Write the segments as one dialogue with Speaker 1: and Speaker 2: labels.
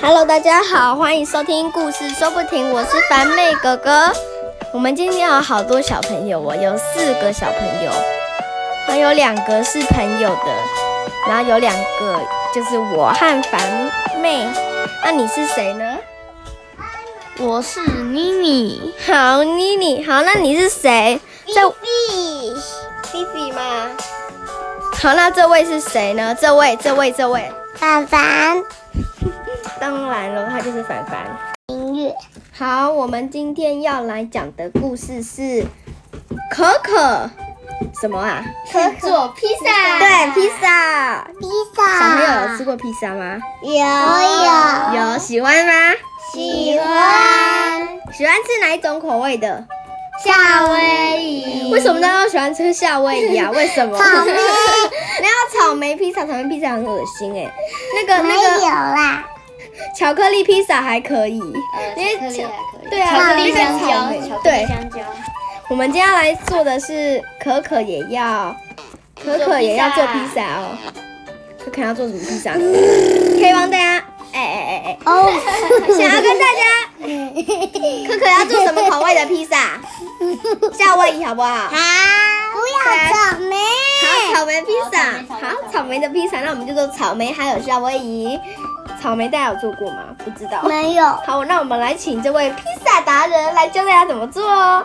Speaker 1: Hello，大家好，欢迎收听故事说不停，我是凡妹哥哥。我们今天有好多小朋友哦，我有四个小朋友，还有两个是朋友的，然后有两个就是我和凡妹。那你是谁呢？
Speaker 2: 我是妮妮，
Speaker 1: 好，妮妮，好，那你是谁？这
Speaker 2: 比
Speaker 1: 菲菲吗？好，那这位是谁呢？这位，这位，这位，
Speaker 2: 凡凡
Speaker 1: 当然了，他就是凡凡。
Speaker 2: 音乐，
Speaker 1: 好，我们今天要来讲的故事是可可什么啊？
Speaker 2: 可可做披萨
Speaker 1: 对，披萨。
Speaker 2: 披
Speaker 1: 小
Speaker 2: 萨
Speaker 1: 朋友有吃过披萨吗？
Speaker 2: 有有
Speaker 1: 有，喜欢吗？
Speaker 2: 喜欢
Speaker 1: 喜欢吃哪一种口味的？
Speaker 2: 夏威夷
Speaker 1: 为什么大家都喜欢吃夏威夷 啊？为什么？
Speaker 2: 嗯草 莓
Speaker 1: 没有草莓披萨，草莓披萨很恶心哎、那个
Speaker 2: 没
Speaker 1: 那
Speaker 2: 有
Speaker 1: 个
Speaker 2: 啦？
Speaker 1: 巧克力披萨还可以，因为巧对啊，
Speaker 2: 巧克力
Speaker 1: 那个
Speaker 2: 香蕉
Speaker 1: 草莓
Speaker 2: 巧克力
Speaker 1: 对，
Speaker 3: 香蕉，
Speaker 1: 我们今天要来做的是可可也要，可可也要做披萨哦。可可要做什么披萨呢？ 可以帮大家，哎哎哎哎，
Speaker 2: 哦，
Speaker 1: 想要跟大家， 可可要做什么口味的披 萨？夏威夷好不好？
Speaker 2: 好，不要草莓，
Speaker 1: 好，草莓披萨，
Speaker 3: 草莓草莓
Speaker 1: 好，草莓的披萨，那我们就做草莓还有夏威夷。草莓大家有做过吗？不知道。
Speaker 2: 没有，
Speaker 1: 好，那我们来请这位披萨达人来教大家怎么做哦。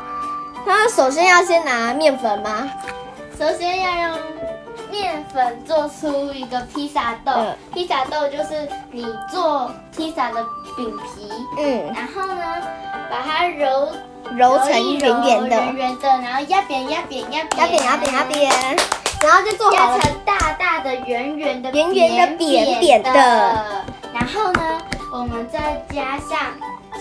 Speaker 1: 他首先要先拿面粉吗？
Speaker 3: 首先要用面粉做出一个披萨豆
Speaker 1: 嗯，
Speaker 3: 披萨豆就是你做披萨的饼皮，
Speaker 1: 嗯，
Speaker 3: 然后呢，把它揉
Speaker 1: 揉成圆圆的，
Speaker 3: 圆圆的，然后压扁压扁压扁
Speaker 1: 压扁压扁压，扁，然后就做好
Speaker 3: 压
Speaker 1: 了。
Speaker 3: 成大大的圆圆的
Speaker 1: 圆圆的扁扁的
Speaker 3: 的，然后呢，我们再加上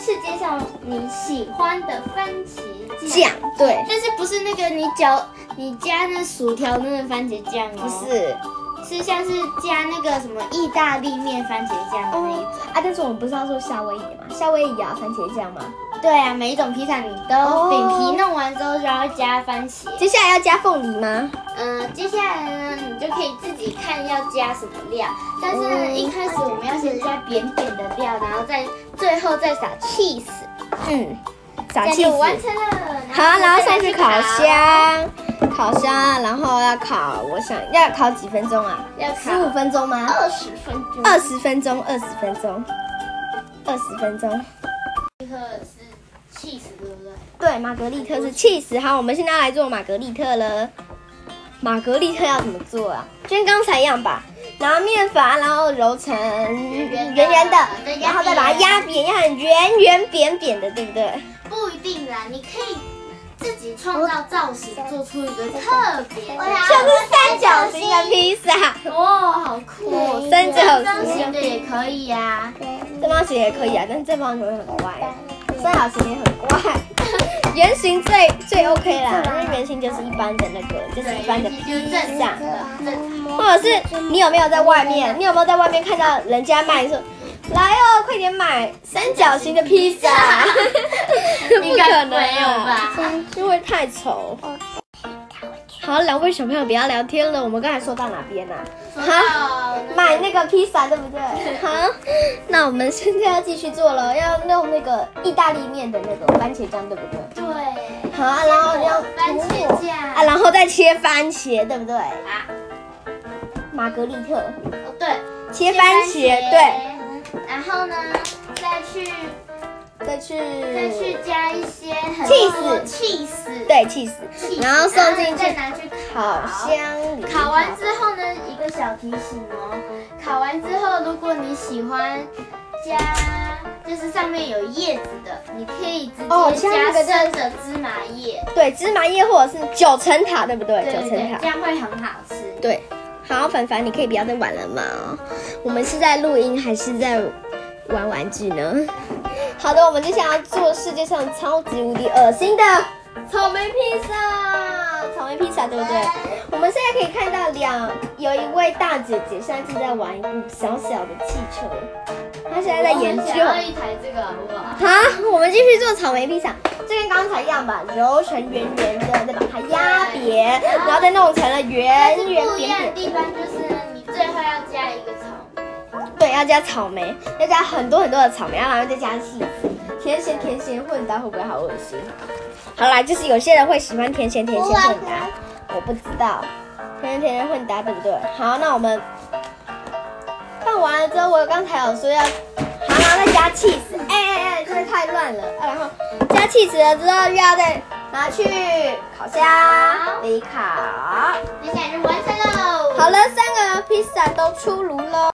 Speaker 3: 世界上你喜欢的番茄
Speaker 1: 酱
Speaker 3: 酱。
Speaker 1: 对，
Speaker 3: 但是不是那个你搅你加那薯条那个番茄酱哦？
Speaker 1: 不，是
Speaker 3: 是像是加那个什么意大利面番茄酱的那一种。
Speaker 1: 啊，但是我们不是要做夏威夷吗？夏威夷啊，番茄酱吗？
Speaker 3: 对啊，每一种披萨你
Speaker 1: 哦
Speaker 3: 都饼皮弄完之后，然后加番茄。
Speaker 1: 接下来要加凤梨吗？
Speaker 3: 嗯、接下来呢，你就可以自己看要加什么料。但是呢
Speaker 1: 嗯
Speaker 3: 一开始我们要先加扁扁的料，然后再最后再撒 cheese，
Speaker 1: 嗯，
Speaker 3: 这
Speaker 1: 撒
Speaker 3: 样
Speaker 1: 气
Speaker 3: 就
Speaker 1: 子。
Speaker 3: 完成了。
Speaker 1: 好，然后
Speaker 3: 再
Speaker 1: 上
Speaker 3: 拿
Speaker 1: 去烤，箱，烤箱，然后要烤，我想要烤几分钟啊？
Speaker 3: 要
Speaker 1: 十五
Speaker 3: 烤
Speaker 1: 分钟吗？
Speaker 3: 二十分钟。
Speaker 1: 二十分钟，二十分钟，二十分钟。
Speaker 3: 和是 cheese 对不对？
Speaker 1: 对，玛格丽特是 cheese。好，我们现在要来做玛格丽特了。玛格丽特要怎么做啊？就跟刚才一样吧，拿面粉，啊然后揉成圆
Speaker 3: 圆的
Speaker 1: 圆的
Speaker 3: 再压，扁
Speaker 1: 然后再把它压扁，压很圆圆扁扁的，对不对？
Speaker 3: 不一定啦，你可以自己创造造型，做出一个特别
Speaker 1: 哦
Speaker 3: 的。
Speaker 1: 就是三角形的披萨，
Speaker 3: 哇，好酷哦！
Speaker 1: 三角
Speaker 3: 正
Speaker 1: 形
Speaker 3: 形的也可以啊呀、
Speaker 1: 正方形也可以啊，但是正方形会很怪，三角形也很怪。 圆形最最 OK 啦，因为圆形就是一般的那个，就是一般的披
Speaker 3: 就是正
Speaker 1: 萨
Speaker 3: 常。的，正
Speaker 1: 或者是你有没有在外面？
Speaker 3: 嗯
Speaker 1: 你有没有在外面看到人家卖说，来哦，快点买三角形的披萨？不
Speaker 3: 应
Speaker 1: 可
Speaker 3: 该
Speaker 1: 能
Speaker 3: 没有
Speaker 1: 啊，
Speaker 3: 吧？
Speaker 1: 因为太丑。好，两位小朋友不要聊天了，我们刚才说到哪边啊？好，
Speaker 3: 好，
Speaker 1: 买那个披萨对不 对？好，那我们现在要继续做了，要弄那个意大利面的那个番茄酱对不对？
Speaker 3: 对，
Speaker 1: 好，啊然后要
Speaker 3: 哦番茄
Speaker 1: 啊，
Speaker 3: 酱
Speaker 1: 然后再切番茄对不对？
Speaker 3: 啊，
Speaker 1: 玛格丽特
Speaker 3: 哦对，
Speaker 1: 切番茄对。
Speaker 3: 对，然后呢，再去
Speaker 1: 再去
Speaker 3: 再去加一些很
Speaker 1: Cheese
Speaker 3: 多 cheese，
Speaker 1: 对气死，
Speaker 3: cheese，
Speaker 1: 然后送进去
Speaker 3: 啊再拿去
Speaker 1: 烤箱里
Speaker 3: 烤完之后呢，一个小提醒哦，烤完之后，如果你喜欢加，就是上面有叶子的，你可以直
Speaker 1: 哦
Speaker 3: 接
Speaker 1: 像那个
Speaker 3: 加生的芝麻叶，
Speaker 1: 对芝麻叶或者是九层塔，对不对？
Speaker 3: 对
Speaker 1: 九
Speaker 3: 对
Speaker 1: 层
Speaker 3: 对，这
Speaker 1: 塔
Speaker 3: 样会很好吃。
Speaker 1: 对。好，凡凡，你可以不要再玩了嘛、我们是在录音还是在玩玩具呢？好的，我们接下来要做世界上超级无敌恶心的草莓披萨，草莓披萨对不对？我们现在可以看到两有一位大姐姐现在正在玩一部小小的气球，她现在在研
Speaker 3: 我很想要
Speaker 1: 究。
Speaker 3: 一台这个好不好？
Speaker 1: 好，我们继续做草莓披萨，就跟刚才一样吧，揉成圆圆的，再把它压扁，然后再弄成了圆
Speaker 3: 但是
Speaker 1: 圆
Speaker 3: 不一
Speaker 1: 扁
Speaker 3: 样的
Speaker 1: 扁。
Speaker 3: 地方就是，你最后要加一个草莓，
Speaker 1: 对，对，要加草莓，要加很多很多的草莓，然后再加气，甜咸甜咸混搭会不会好恶心？好啦，就是有些人会喜欢甜咸甜咸混搭，我不知道，甜咸甜咸混搭对不对？好，那我们放完了之后，我刚才有说要，好，然后再加气死，哎哎哎，真的太乱了，啊然后加气死了之后，又要再拿去烤箱里烤。
Speaker 3: 接下来就完成喽。
Speaker 1: 好了，三个披萨都出炉喽。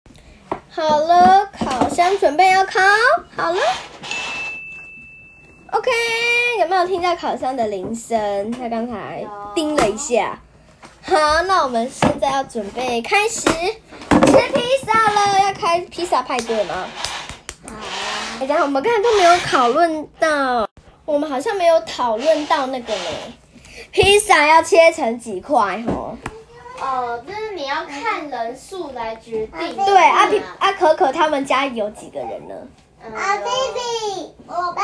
Speaker 1: 好了，烤箱准备要烤好了。OK，有没有听到烤箱的铃声？它刚才叮了一下。好，那我们现在要准备开始吃披萨了。要开披萨派对吗？哎、等一下我们刚才都没有讨论到，我们好像没有讨论到那个呢。披萨要切成几块哦？
Speaker 3: 哦，就是你要看人数来决定。
Speaker 1: 对，啊阿皮阿可可他们家有几个人呢？
Speaker 3: 嗯
Speaker 2: 啊，baby，我帮我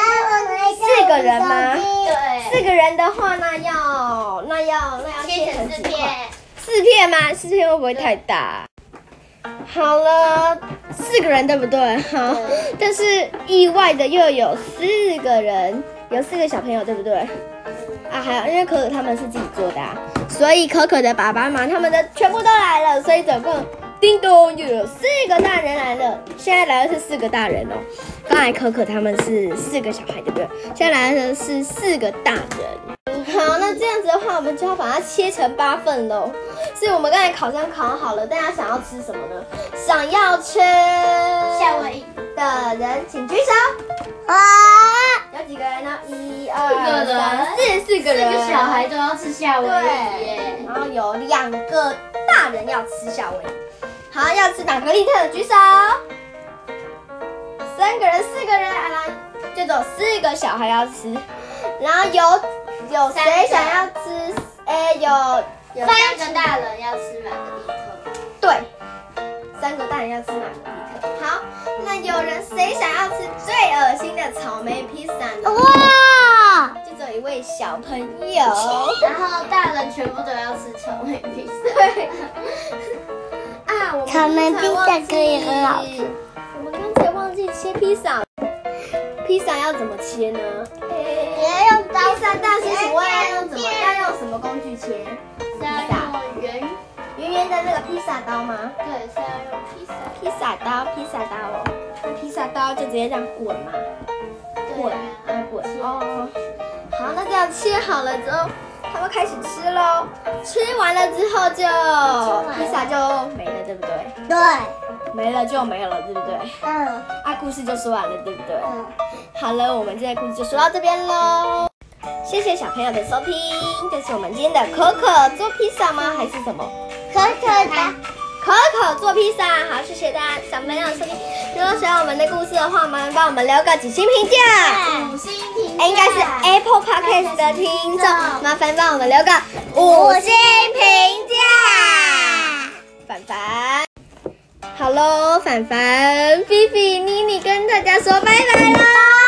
Speaker 2: 拿一下
Speaker 1: 四个人
Speaker 2: 我
Speaker 1: 吗
Speaker 2: 的手机
Speaker 1: 四
Speaker 3: 对，
Speaker 1: 个人的话，那要那要那要
Speaker 3: 切
Speaker 1: 切
Speaker 3: 成
Speaker 1: 成
Speaker 3: 四
Speaker 1: 几
Speaker 3: 片
Speaker 1: 片？。四片吗？四片会不会太大？好了，四个人对不对？好，但是意外的又有四个人，有四个小朋友对不对？啊，还有因为可可他们是自己做的、啊，所以可可的爸爸妈妈他们的全部都来了，所以总共叮咚又有四个大人来了。现在来的是四个大人哦，刚才可可他们是四个小孩对不对？现在来的是四个大人。好，那这样子的话，我们就要把它切成八份喽。所以我们刚才烤箱烤好了，大家想要吃什么呢？想要吃夏
Speaker 3: 夏威夷
Speaker 1: 的人请举手。
Speaker 2: 我
Speaker 1: 有几个人呢？一二
Speaker 3: 个人
Speaker 1: 三四，四个
Speaker 3: 四
Speaker 1: 人。
Speaker 3: 个小孩都要吃夏威夷
Speaker 1: 对，
Speaker 3: 耶。
Speaker 1: 然后有两个大人要吃夏威夷。好，要吃玛格丽特的举手。三个人，四个人，啊，然后就只有四个小孩要吃。然后有有谁想要吃？哎，有
Speaker 3: 有三个大人要吃玛格丽特，
Speaker 1: 对，三个大人要吃玛格丽特。好，那有人谁想要吃最恶心的草莓披萨呢？
Speaker 3: 哦
Speaker 2: 哇，
Speaker 1: 就只有一位小朋友。
Speaker 3: 然后大人全部都要吃草莓披萨。
Speaker 1: 对。 啊，我们
Speaker 2: 草莓披萨
Speaker 1: 刚才忘记
Speaker 2: 可以很好吃。
Speaker 1: 我们刚才忘记切披萨，披萨要怎么切呢？
Speaker 2: 你要用刀
Speaker 1: 披萨大师，请问
Speaker 3: 哎
Speaker 1: 要用怎么要用什么工具切？
Speaker 3: 是要用圆，
Speaker 1: 圆圆的那个披萨刀吗？
Speaker 3: 对，是要用披萨。
Speaker 1: 披萨刀，披萨刀哦，那披萨刀就直接这样滚嘛。
Speaker 3: 对
Speaker 1: 滚
Speaker 3: 啊，
Speaker 1: 滚哦。好，那这样切好了之后，他们开始吃喽。吃完了之后就披萨就没了，对不对？
Speaker 2: 对，
Speaker 1: 没了就没了，对不对？
Speaker 2: 嗯
Speaker 1: 啊，故事就说完了，对不对？
Speaker 2: 嗯，
Speaker 1: 好了，我们今天的故事就说到这边喽。谢谢小朋友的收听，这是我们今天的可可做披萨吗？还是什么？
Speaker 2: 可可的。
Speaker 1: 可可做披萨，好，谢谢大家小朋友的收听。如果喜欢我们的故事的话，麻烦帮我们留个几星评价。
Speaker 3: 五星评价
Speaker 1: 哎，应哎该是 Apple Podcast 的听众，麻烦帮我们留个五星评价。凡凡，好喽，凡凡、菲菲、妮妮跟大家说拜拜喽。